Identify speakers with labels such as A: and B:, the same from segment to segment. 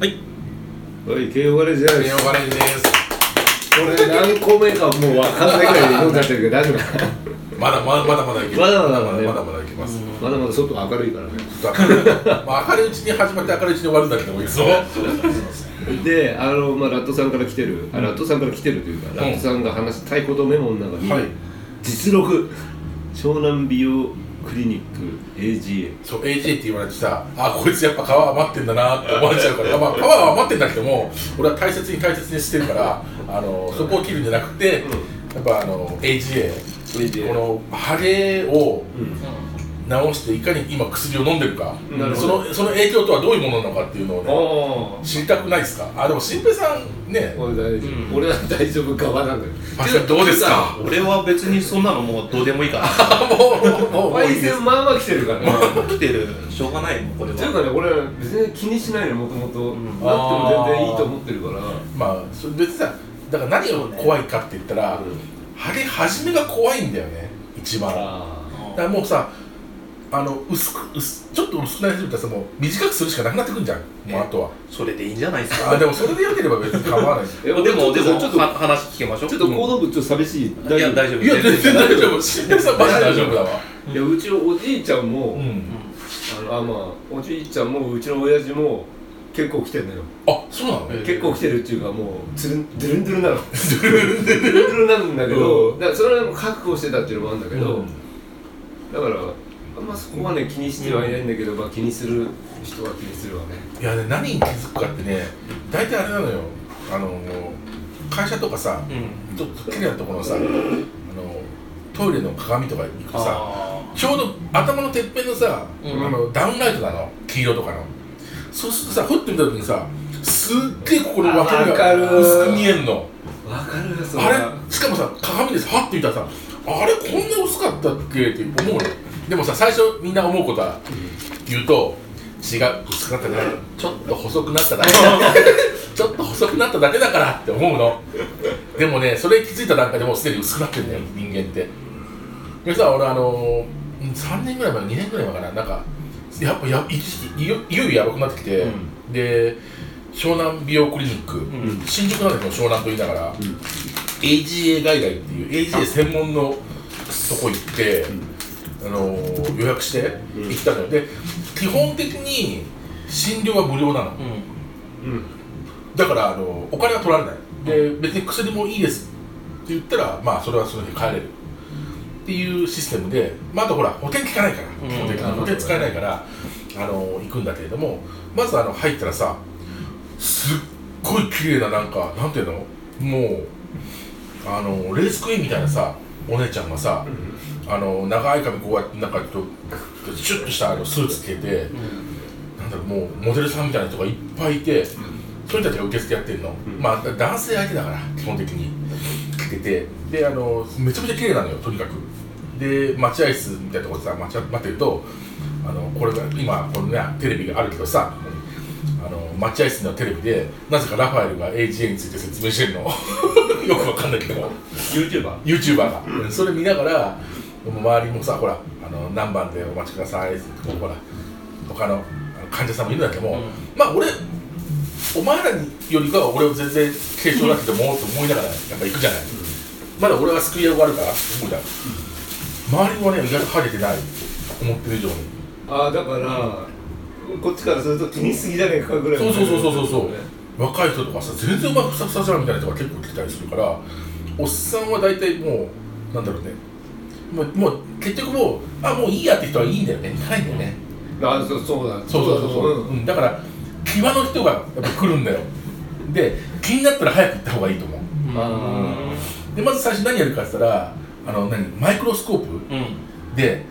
A: はい
B: はい、慶応ガレージです。
C: ネオガレージです
B: これ何個目かもうわかんないぐらいで飲んじゃってるけど大丈夫かな
C: まだまだまだまだいけ
B: まだま
C: ま
B: だ
C: だ
B: まだね
C: まだまだいけます、
B: まだまだ外明るいからね。
C: まあ、明るいうちに始まって明るいうちに終わるんだけどもいいですよ
B: で、あの、まあ、ラットさんから来てる、あラットさんから来てるというか、ラットさんが話したいことメモの中に、
C: はい
B: 実録、湘南美容クリニック AGA。
C: そう AJ って言われてさあこいつやっぱ川余ってんだなって思われちゃうから、まあ、川は余ってんだけども俺は大切に大切にしてるからあのそこを切るんじゃなくてやっぱあの AGA このハゲを治していかに今薬を飲んでるか
B: なるほ
C: そ
B: ど
C: のその影響とはどういうものなのかっていうのを、ね、
A: お
C: 知りたくないですかあでも新平さんね
B: 俺大丈
A: うん
B: 夫。俺は大丈夫側なんだよ。
C: ファッションどうですか
A: 俺は別にそんなのもうどうでもいいか
C: も
A: ら
C: うもうもうもう
B: パ
C: い
B: イ
C: い
B: セ
C: です
B: ンまあまあ来てるからね。
A: 来てるしょうがないもんこれ
B: っていう
A: は
B: かね、俺は別に気にしないのもともと、
A: ん
B: なっても全然いいと思ってるから。
C: まあそれ別にさだから何が怖いかって言ったら、ハゲ始めが怖いんだよね一番だからもうさあの薄く薄ちょっと薄くなりすぎたらさもう短くするしかなくなってくんじゃんもうあとは
A: それでいいんじゃないです
C: あ
A: か
C: でもそれでよければ別に構わないし
A: でも
B: え
A: でも
B: ちょっとさちょっと
A: は話聞けましょう
B: ちょっと行動部ちょっと寂しい。
A: いや大丈夫
C: いや全然大丈夫新平さんマジ大丈夫だわ
B: いやうちのおじいちゃんも、
C: うん
B: あのあまあおじいちゃんもうちの親父も結構来てんのよ
C: あそうなのね
B: 結構来てるっていうかもうつるんドゥルンドゥルンなのドゥルンドゥルンなんだけど、だからそれも覚悟してたっていうのもあるんだけど、
C: うん
B: だからあんまそこはね気にしてはいないんだけど、まあ気にする人は気にするわね
C: いやね何に気づくかってね大体あれなのよあの会社とかさ
A: うん
C: ちょっと綺麗なところのさあのトイレの鏡とか行くとさ
A: あ
C: ちょうど頭のてっぺんのさ、
A: うん
C: あのダウンライトなの黄色とかのそうするとさふって見た時にさすっげえここの分け目
B: わかる
C: が薄く見えんの
B: わかるそれ
C: あれしかもさ鏡でさはって見たらさあれこんな薄かったっけって思うのでもさ最初みんな思うことは言うと違う薄くなっただけちょっと細くなっただけだちょっと細くなっただけだからって思うのでもねそれ気づいた段階でもうすでに薄くなってんだよ人間ってでさ俺あのー、3年ぐらい前2年ぐらい前かななんかやっぱや一時期いよいよいよやばくなってきて、
A: うん
C: で湘南美容クリニック、
A: ん
C: 新宿なんだけど湘南と言いながら、AGA 外来っていう AGA 専門のとこ行って、あのー予約して
B: うん
C: 行ったのよで基本的に診療は無料なの
A: うん
B: うん
C: だから、あのお金は取られないで別に薬もいいですって言ったらまあそれはその日帰れるっていうシステムで、まあ、あとほら保険効かないから
A: うん
C: 基本的に
B: なるほ
C: 保
B: ど
C: 険使えないからあの行くんだけれどもまずあの入ったらさすっごい綺麗ななんかなんていうのもうあのレースクイーンみたいなさお姉ちゃんがさ、あの長い髪こうやってなんかちょっとシュッとしたあのスーツ着てて、なんだろうもうモデルさんみたいな人がいっぱいいて、そういう人たちが受付やってるの、
B: ん
C: まあだ男性相手だから基本的に来ててであのめちゃめちゃ綺麗なのよとにかくで待合室みたいなところでさ待ち待ってるとあのこれが今このねテレビがあるけどさあの待合室のテレビでなぜかラファエルが AGA について説明してるの よくわかんないけど
A: YouTuber
C: YouTuber が、それ見ながらもう周りもさほらあの何番でお待ちくださいってこうほら他のあの患者さんもいるんだけども、
A: うん
C: まあ俺お前らよりかは俺は全然軽症だけどもと思いながらやっぱ行くじゃない、まだ俺は救い合いがあるから思うじゃん周りはね意外と晴れてない思ってる以上に
B: あだからこっちからすると気にしすぎじゃねえかぐらい
C: そうそうそうそうそうそう若い人とかさ全然うまくふさふさじゃんみたいな人が結構来たりするからおっさんは大体もうなんだろうねもうもう結局もうあもういいやって人はいいんだよね行かないんだよね
B: あそうそうだ
C: そうそうそうそう、うん、だから際の人がやっぱ来るんだよで気になったら早く行った方がいいと思う
A: うん
C: でまず最初何やるかって言ったらあの何マイクロスコープ
A: うん
C: で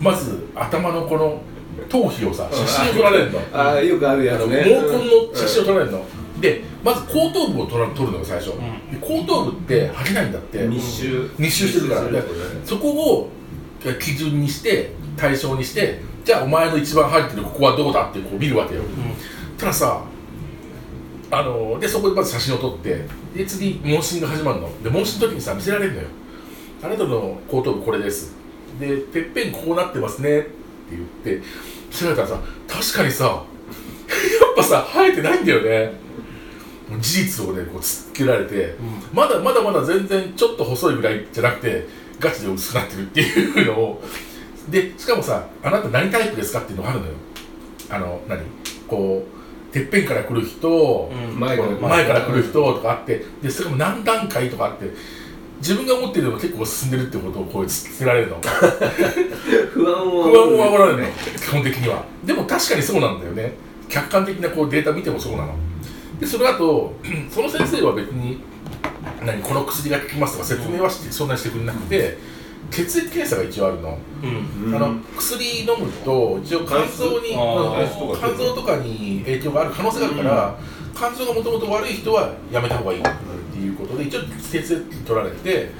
C: まず頭のこの頭皮をさ写真を撮られるの
B: ああよくあるや
C: あの
B: つ
C: 毛
B: ね
C: 根の写真を撮られるの、でまず後頭部を撮ら撮るのが最初、
A: ん
C: で後頭部って履けないんだって
B: 密集
C: 密集してるから
B: 密集
C: ね
B: するよね
C: そこをえ基準にして対象にしてじゃあお前の一番入ってるここはどうだってこう見るわけよ、たださあのでそこでまず写真を撮ってで次問診が始まるので問診の時にさ見せられるのよあなたの後頭部これですでてっぺんこうなってますねって言って見せられたらさ確かにさやっっぱさ生えてないんだよねもう事実をねこう突っつけられて、まだまだまだ全然ちょっと細いぐらいじゃなくてガチで薄くなってるっていうのをでしかもさあなた何タイプですかっていうのがあるのよあの何こうてっぺんから来る人、
A: うん
B: 前から
C: 前から来る人とかあってでそれも何段階とかあって自分が思ってるよりも結構進んでるってことをこう突っつけられるの
B: 不安を
C: 不安を煽られるの基本的にはでも確かにそうなんだよね客観的なこうデータ見てもそうなのでその後 うんその先生は別に何この薬が効きますとか説明はしてそんなにしてくれなくて血液検査が一応あるの,、
A: うん
B: うん
C: あの薬飲むと一応肝臓に
A: あー
C: うん肝臓とかに影響がある可能性があるから、肝臓がもともと悪い人はやめた方がいいっていうことで一応血液取られて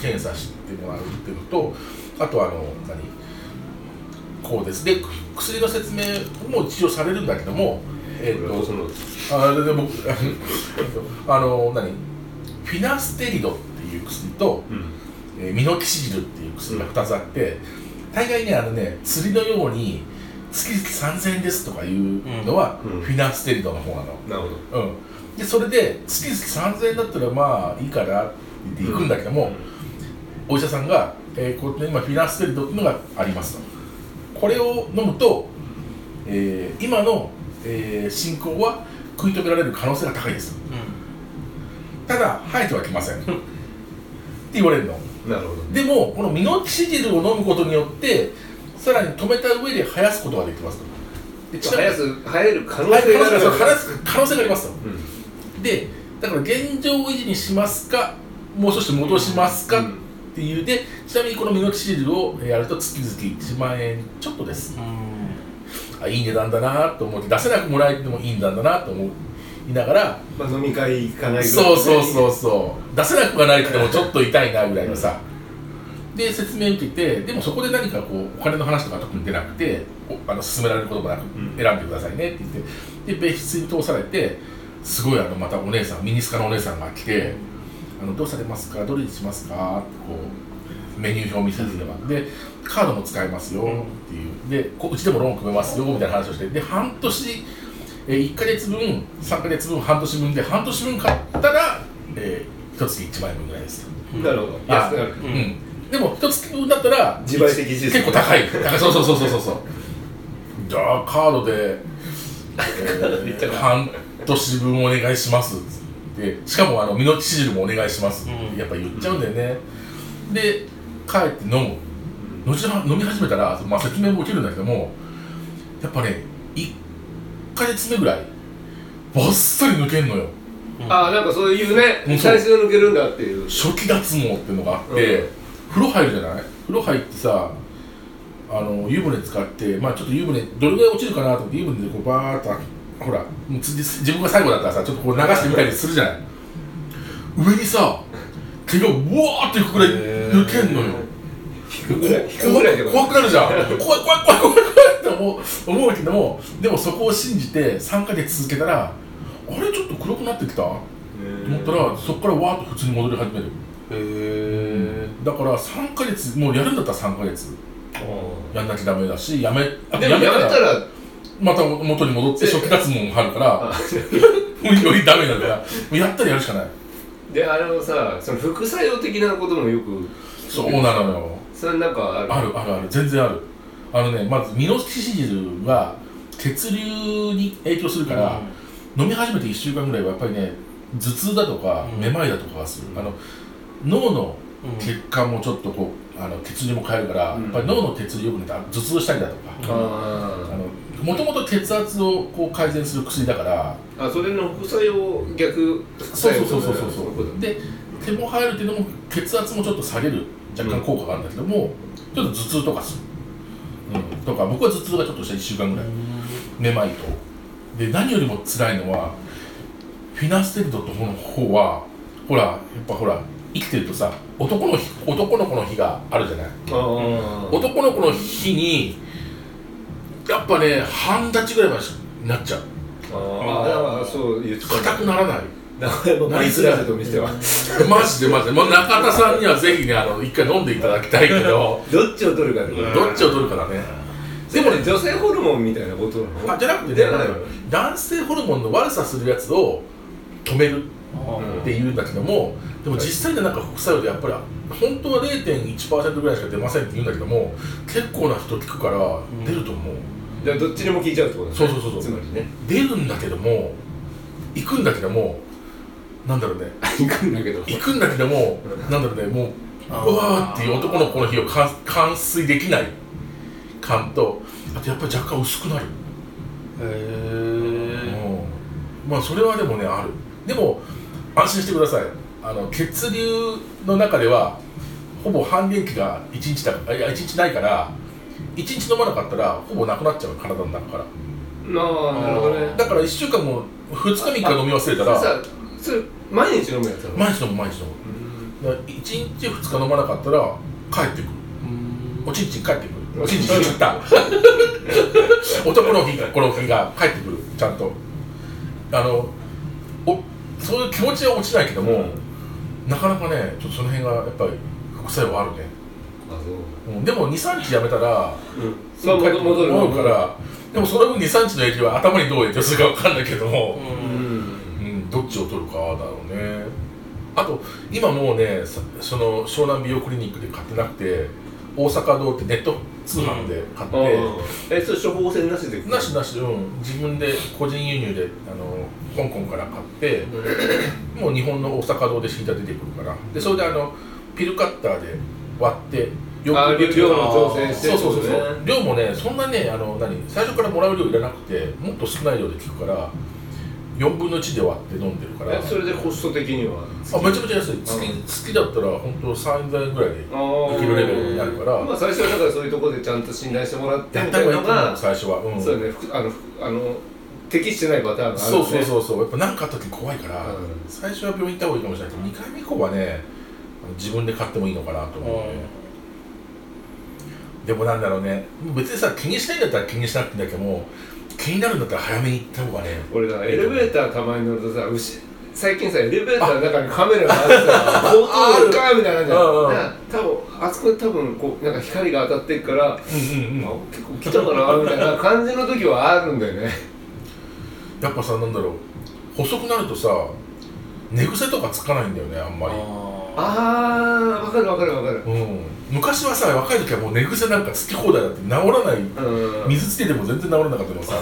C: 検査してもらうっていうのとあとはあの何こうですで薬の説明も一応されるんだけども、えー、と
B: その
C: あれで僕 あの何フィナステリドっていう薬と、えーミノキシジルっていう薬が2つあって、大概ねあのね釣りのように月々3000円ですとかいうのは、
B: うんうん
C: フィナステリドの方なの、
B: なるほど
C: うん、でそれで月々3000円だったらまあいいからって行くんだけども、お医者さんが、えーこう今フィナステリドっていうのがありますとこれを飲むと、えー今の、えー進行は食い止められる可能性が高いですただ生えてはきませんって言われるの
B: なるほど
C: でもこのミノキシジルを飲むことによってさらに止めた上で生やすことができますとで
B: 生やす生える可能
C: 生え
B: 性
C: る
B: がある
C: 可能性が可能性がありますと
B: うん
C: でだから現状維持にしますかもう少し戻しますか、っていうでちなみにこのミノキシジルをやると月々1万円ちょっとですあいい値段だなと思って出せなくもらえてもいい値段だなと思いながら
B: まあ飲み会行かないぐらい
C: そうそうそうそう出せなくはないけどもちょっと痛いなぐらいのさで説明受けてでもそこで何かこうお金の話とか特に出なくておあの勧められることもなく
B: ん
C: 選んでくださいねって言ってで別室に通されてすごいあのまたお姉さんミニスカのお姉さんが来て「あのどうされますかどれにしますか?」ってこうメニュー表を見せてもらってでカードも使えますよっていうでこううちでもローン組めますよみたいな話をしてで半年えー1か月分3か月分半年分で半年分買ったら、えー、1月1万円分ぐらいですと、
B: なるほど
C: あ
B: 安くなる
C: うんでも1月分だったら
B: 自賠責事実
C: 結構高い高いそうそうそうそうそうそうじゃあカードで、えー半年分お願いしますっつってしかもあの身の縮汁もお願いしますって、
A: うん
C: やっぱ言っちゃうんだよね、で帰って飲む後々飲み始めたら、まあ、説明も受けるんだけどもやっぱね1か月目ぐらいばっさり抜けんのよ
B: ああなんかそういう
C: う
B: ね
C: ん
B: 最初抜けるんだっていう
C: 初期脱毛っていうのがあって、
B: うん
C: 風呂入るじゃない風呂入ってさあの湯船使ってまあちょっと湯船どれぐらい落ちるかなと思って湯船でこうバーッとほらもうつ自分が最後だったらさちょっとこう流してみたりするじゃない上にさ毛がうわーっていくぐらい抜けんのよ
B: 引くぐらい引くぐらいでも
C: 怖くなるじゃん怖い怖い怖い怖い怖いって思う思うけどもでもそこを信じて3ヶ月続けたらあれちょっと黒くなってきたと思ったらそこからわーっと普通に戻り始める
A: へ
C: だから3ヶ月もうやるんだったら3ヶ月やんなきゃダメだしやめあ
B: でもやめたら
C: また元に戻って
B: で
C: 初期脱毛もあるから
B: あ
C: もうよりダメになるからもうやったらやるしかない
B: であれもさその副作用的なこともよく
C: そうなのよ
B: それなんかある
C: あるあるある全然あるあのねまずミノキシジルは血流に影響するから、飲み始めて1週間ぐらいはやっぱりね頭痛だとか
A: うん
C: めまいだとかがする、
B: うん
C: あの脳の血管もちょっとこうあの血流も変えるから、
B: うん
C: やっぱり脳の血流よくなって頭痛したりだとか、
B: あ
C: もともと血圧をこう改善する薬だから
B: ーあそれの副作用逆副作用とかいことね
C: で手も入るっていうのも血圧もちょっと下げる若干効果があるんだけども、ちょっと頭痛とかする、うん、とか僕は頭痛がちょっとした1週間ぐらいめまいとで何よりも辛いのはフィナステリドとこの方はほらやっぱほら生きてるとさ男の日男の子の日があるじゃない
B: あー
C: 男の子の日にやっぱね半立ちぐらいまでなっちゃう
B: あーだからそう言ってた
C: 硬くならない
B: だからもう毎日ラジオとしては
C: マジでマジで、まあ、中田さんにはぜひねあの一回飲んでいただきたいけど
B: どっちを取るかで
A: うん
C: どっちを取るかだね
B: でもね女性ホルモンみたいなことなの
C: あじゃなくて
B: じ
C: ね
B: ゃないの
C: 男性ホルモンの悪さするやつを止める
B: うん
C: っていうんだけどもでも実際にはなんか副作用でやっぱり本当は0.1%ぐらいしか出ませんって言うんだけども結構な人聞くから
A: ん
C: 出ると思う、
B: じゃあどっちにも聞いちゃうってことだ
C: そう
B: ね
C: そうそう
B: つ
C: そう
B: まりね
C: 出るんだけども行くんだけどもなんだろうね
A: 行くんだけど
C: 行くんだけどもなんだろうねもう
A: あー
C: うわーっていう男の子の日を完完遂できない感とあとやっぱり若干薄くなる
A: へえ
C: うんまあそれはでもねあるでも安心してくださいあの血流の中ではほぼ半減期が1日だあいや1日ないから1日飲まなかったらほぼなくなっちゃう体の中から
B: ああなるほどね
C: だから1週間も2日3日飲み忘れた
B: それ
C: ら
B: さそれ毎日飲むやつなの
C: 毎日飲む毎日飲む
B: うん
C: だから1日2日飲まなかったら帰ってくるおちんちん帰ってくるおちんちん言った男の日がこの日が帰ってくるちゃんとあのおそういう気持ちは落ちないけども、なかなかねちょっとその辺がやっぱり副作用はあるね、
B: あ
C: うんでも23日やめたら
B: そううんまあ戻戻る
C: 戻るからでもその分23日の影響は頭にどう影響するか分かんないけど
B: う
C: も、
A: うん
B: ん
C: うん、どっちを取るかだろうねあと今もうねさその湘南美容クリニックで買ってなくて大阪堂ってネット通販で買って、
B: あえそれ処方箋なしで
C: なしなし、うん、自分で個人輸入であの香港から買って、もう日本の大阪堂で敷いたら出てくるからでそれであのピルカッターで割って
B: あ量量の調整して
C: そうそうそうそ
B: って
C: う、
B: ことね
C: 量もねそんなねあの何最初からもらう量いらなくてもっと少ない量で効くから4分の1で割って飲んでるから
B: えそれでコスト的には
C: あめちゃめちゃ安い月,、月だったら本当三3000円ぐらいで
B: あ
C: いけるレベルになるから、
B: まあ最初はだからそういうところでちゃんと信頼してもらって
C: や
B: み
C: った
B: たい
C: 方
B: な
C: がいい
B: の
C: と思う
B: が
C: 最初は、うん、
B: そうねふくあのふくあの適してないパターンがある
C: そ
B: ね
C: うそうそうそうやっぱ何かあった時怖いから、
B: うん
C: 最初は病院行った方がいいかもしれないけど2回目以降はねあの自分で買ってもいいのかなと思うね、でもなんだろうね別にさ気にしないんだったら気にしなくていいんだけども気になるんだったら早めに行った方がね
B: 俺だからエレベーターたまに乗るとさ牛最近さエレベーターの中にカメラがあってさ「強盗のか?」みたいな感じ
C: うんうん
B: な多分あそこで多分こうなんか光が当たってっから、あ
C: うん
B: 結構来たかなみたいな感じの時はあるんだよね
C: やっぱさなんだろう細くなるとさ寝癖とかつかないんだよねあんまり
A: あ
B: あーわかるわかるわかる
C: うん昔はさ若い時はもう寝癖なんかつき放題だって治らない
B: うん
C: 水つけても全然治らなかったのがさ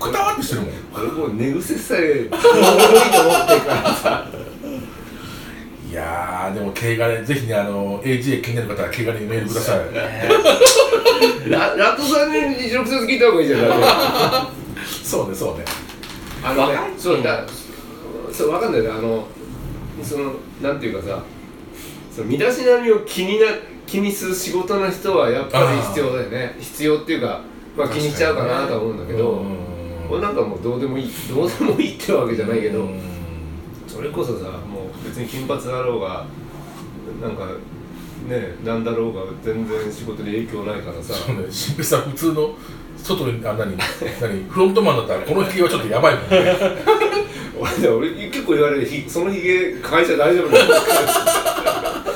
C: くたわってしてるもん
B: 俺もう寝癖さえ多いと思ってるからさ
C: いやーでも毛がねぜひねあの AGA 気になる方は毛がねメールください
B: ララットさんに直接聞いた方がいいじゃん
C: そうねそうね
B: あのね
A: 若い、
B: そうだ、そう、わかんないね、あの、その、なんていうかさ。その身だしなみを気にな、気にする仕事の人はやっぱり必要だよね。必要っていうか、まあ、気にしちゃうかなとは思うんだけど。
C: うん
B: 俺なんかもうどうでもいいどうでもいいってわけじゃないけど、
C: うん
B: それこそさもう別に金髪だろうがなんかねなんだろうが全然仕事に影響ないからさ
C: そうね新平さん普通の外にあ何何フロントマンだったらこの髭はちょっとやばいもんね
B: 俺ね 俺結構言われるひそのひげ会社大丈夫なんですか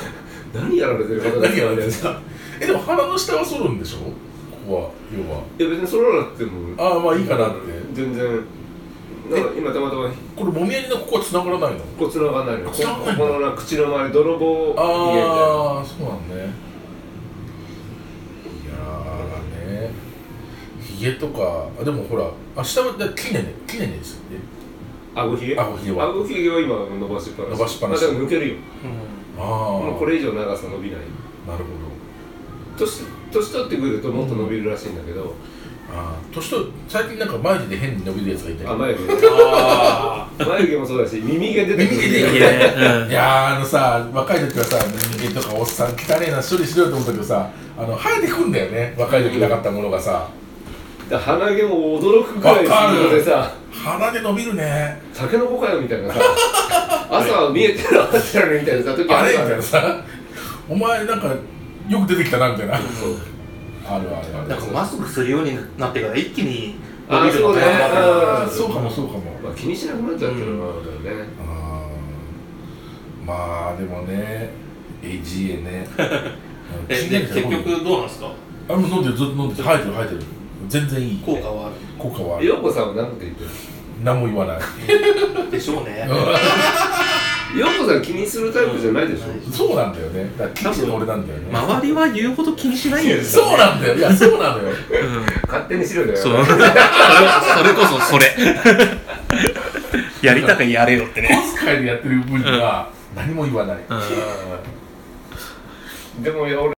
B: 何やられてる方
C: 何やら
B: れ
C: れ
B: てる
C: てる
B: いや
C: えでも鼻の下は剃るんでしょここは要は
B: 別にそらなくても
C: ああまあいいかなって
B: 全然なんか今たまたま
C: これもみありのここは繋がらないの
B: こうつながんないのよこ
C: 繋がんないんだ
B: このな口の周り泥棒ひげみたいな
C: ああそうなんねいやーねひげとかあでもほら明日はだ近年ね近年ですよね
B: 顎ひげ
C: 顎ひげは
B: 顎ひげは今伸ばしっぱなし
C: 伸ばしっぱなし
B: あだから抜けるよ
C: あ
B: もう
C: あ
B: これ以上長さ伸びない
C: なるほど
B: 年年取ってくるともっと伸びるらしいんだけど、
C: あー年と最近なんか眉毛で変に伸びるやつがいた
B: あ
C: よ
B: 眉毛
A: あ
B: 眉毛もそうだし耳毛出てくる
C: 耳毛出てくる
A: いいね
C: いやーあのさ若い時はさ人間とかおっさん汚ねえな処理しろよと思ったけどさあの生えてくんだよね若い時なかったものがさ
B: で鼻毛も驚くくらいスピードでさ
C: 鼻で伸びるね
B: タケノコかよみたいな さ朝見えてる朝ってるねみたいなさ時
C: あれみ
B: るか
C: たい
B: ら
C: なさお前なんかよく出てきたなみたいな
B: そう
C: あるあるあ
A: あ
C: る
A: なんかマスクするようになってから一気に
B: あー
A: 伸びるのかな
B: そうね
A: と思った
C: あーそうかもそうかも
B: まあ、気にしなくなっちゃってるのもあるんだよね、
C: あーまあでもね AGA ね
A: えで結局どうなんですか
C: あもう飲んでるずっと飲んでる生えてる生えてる全然いい
A: 効果は
C: 効果はある
B: 陽子さんは何て言ってる
C: 何も言わない
A: あるでしょうね
B: 陽子さん気にするタイプじゃないでしょ、
A: うん
C: そうなんだよねだからキチの俺なんだよね、
A: 周りは言うほど気にしないんです
C: そうなんだよいやそうなの よ
A: うん
B: 勝手にしろよ
A: そうそれそれこそそれやりたかやれよってね
C: 小遣いでやってる分には何も言わない、
A: うん
B: でもいや俺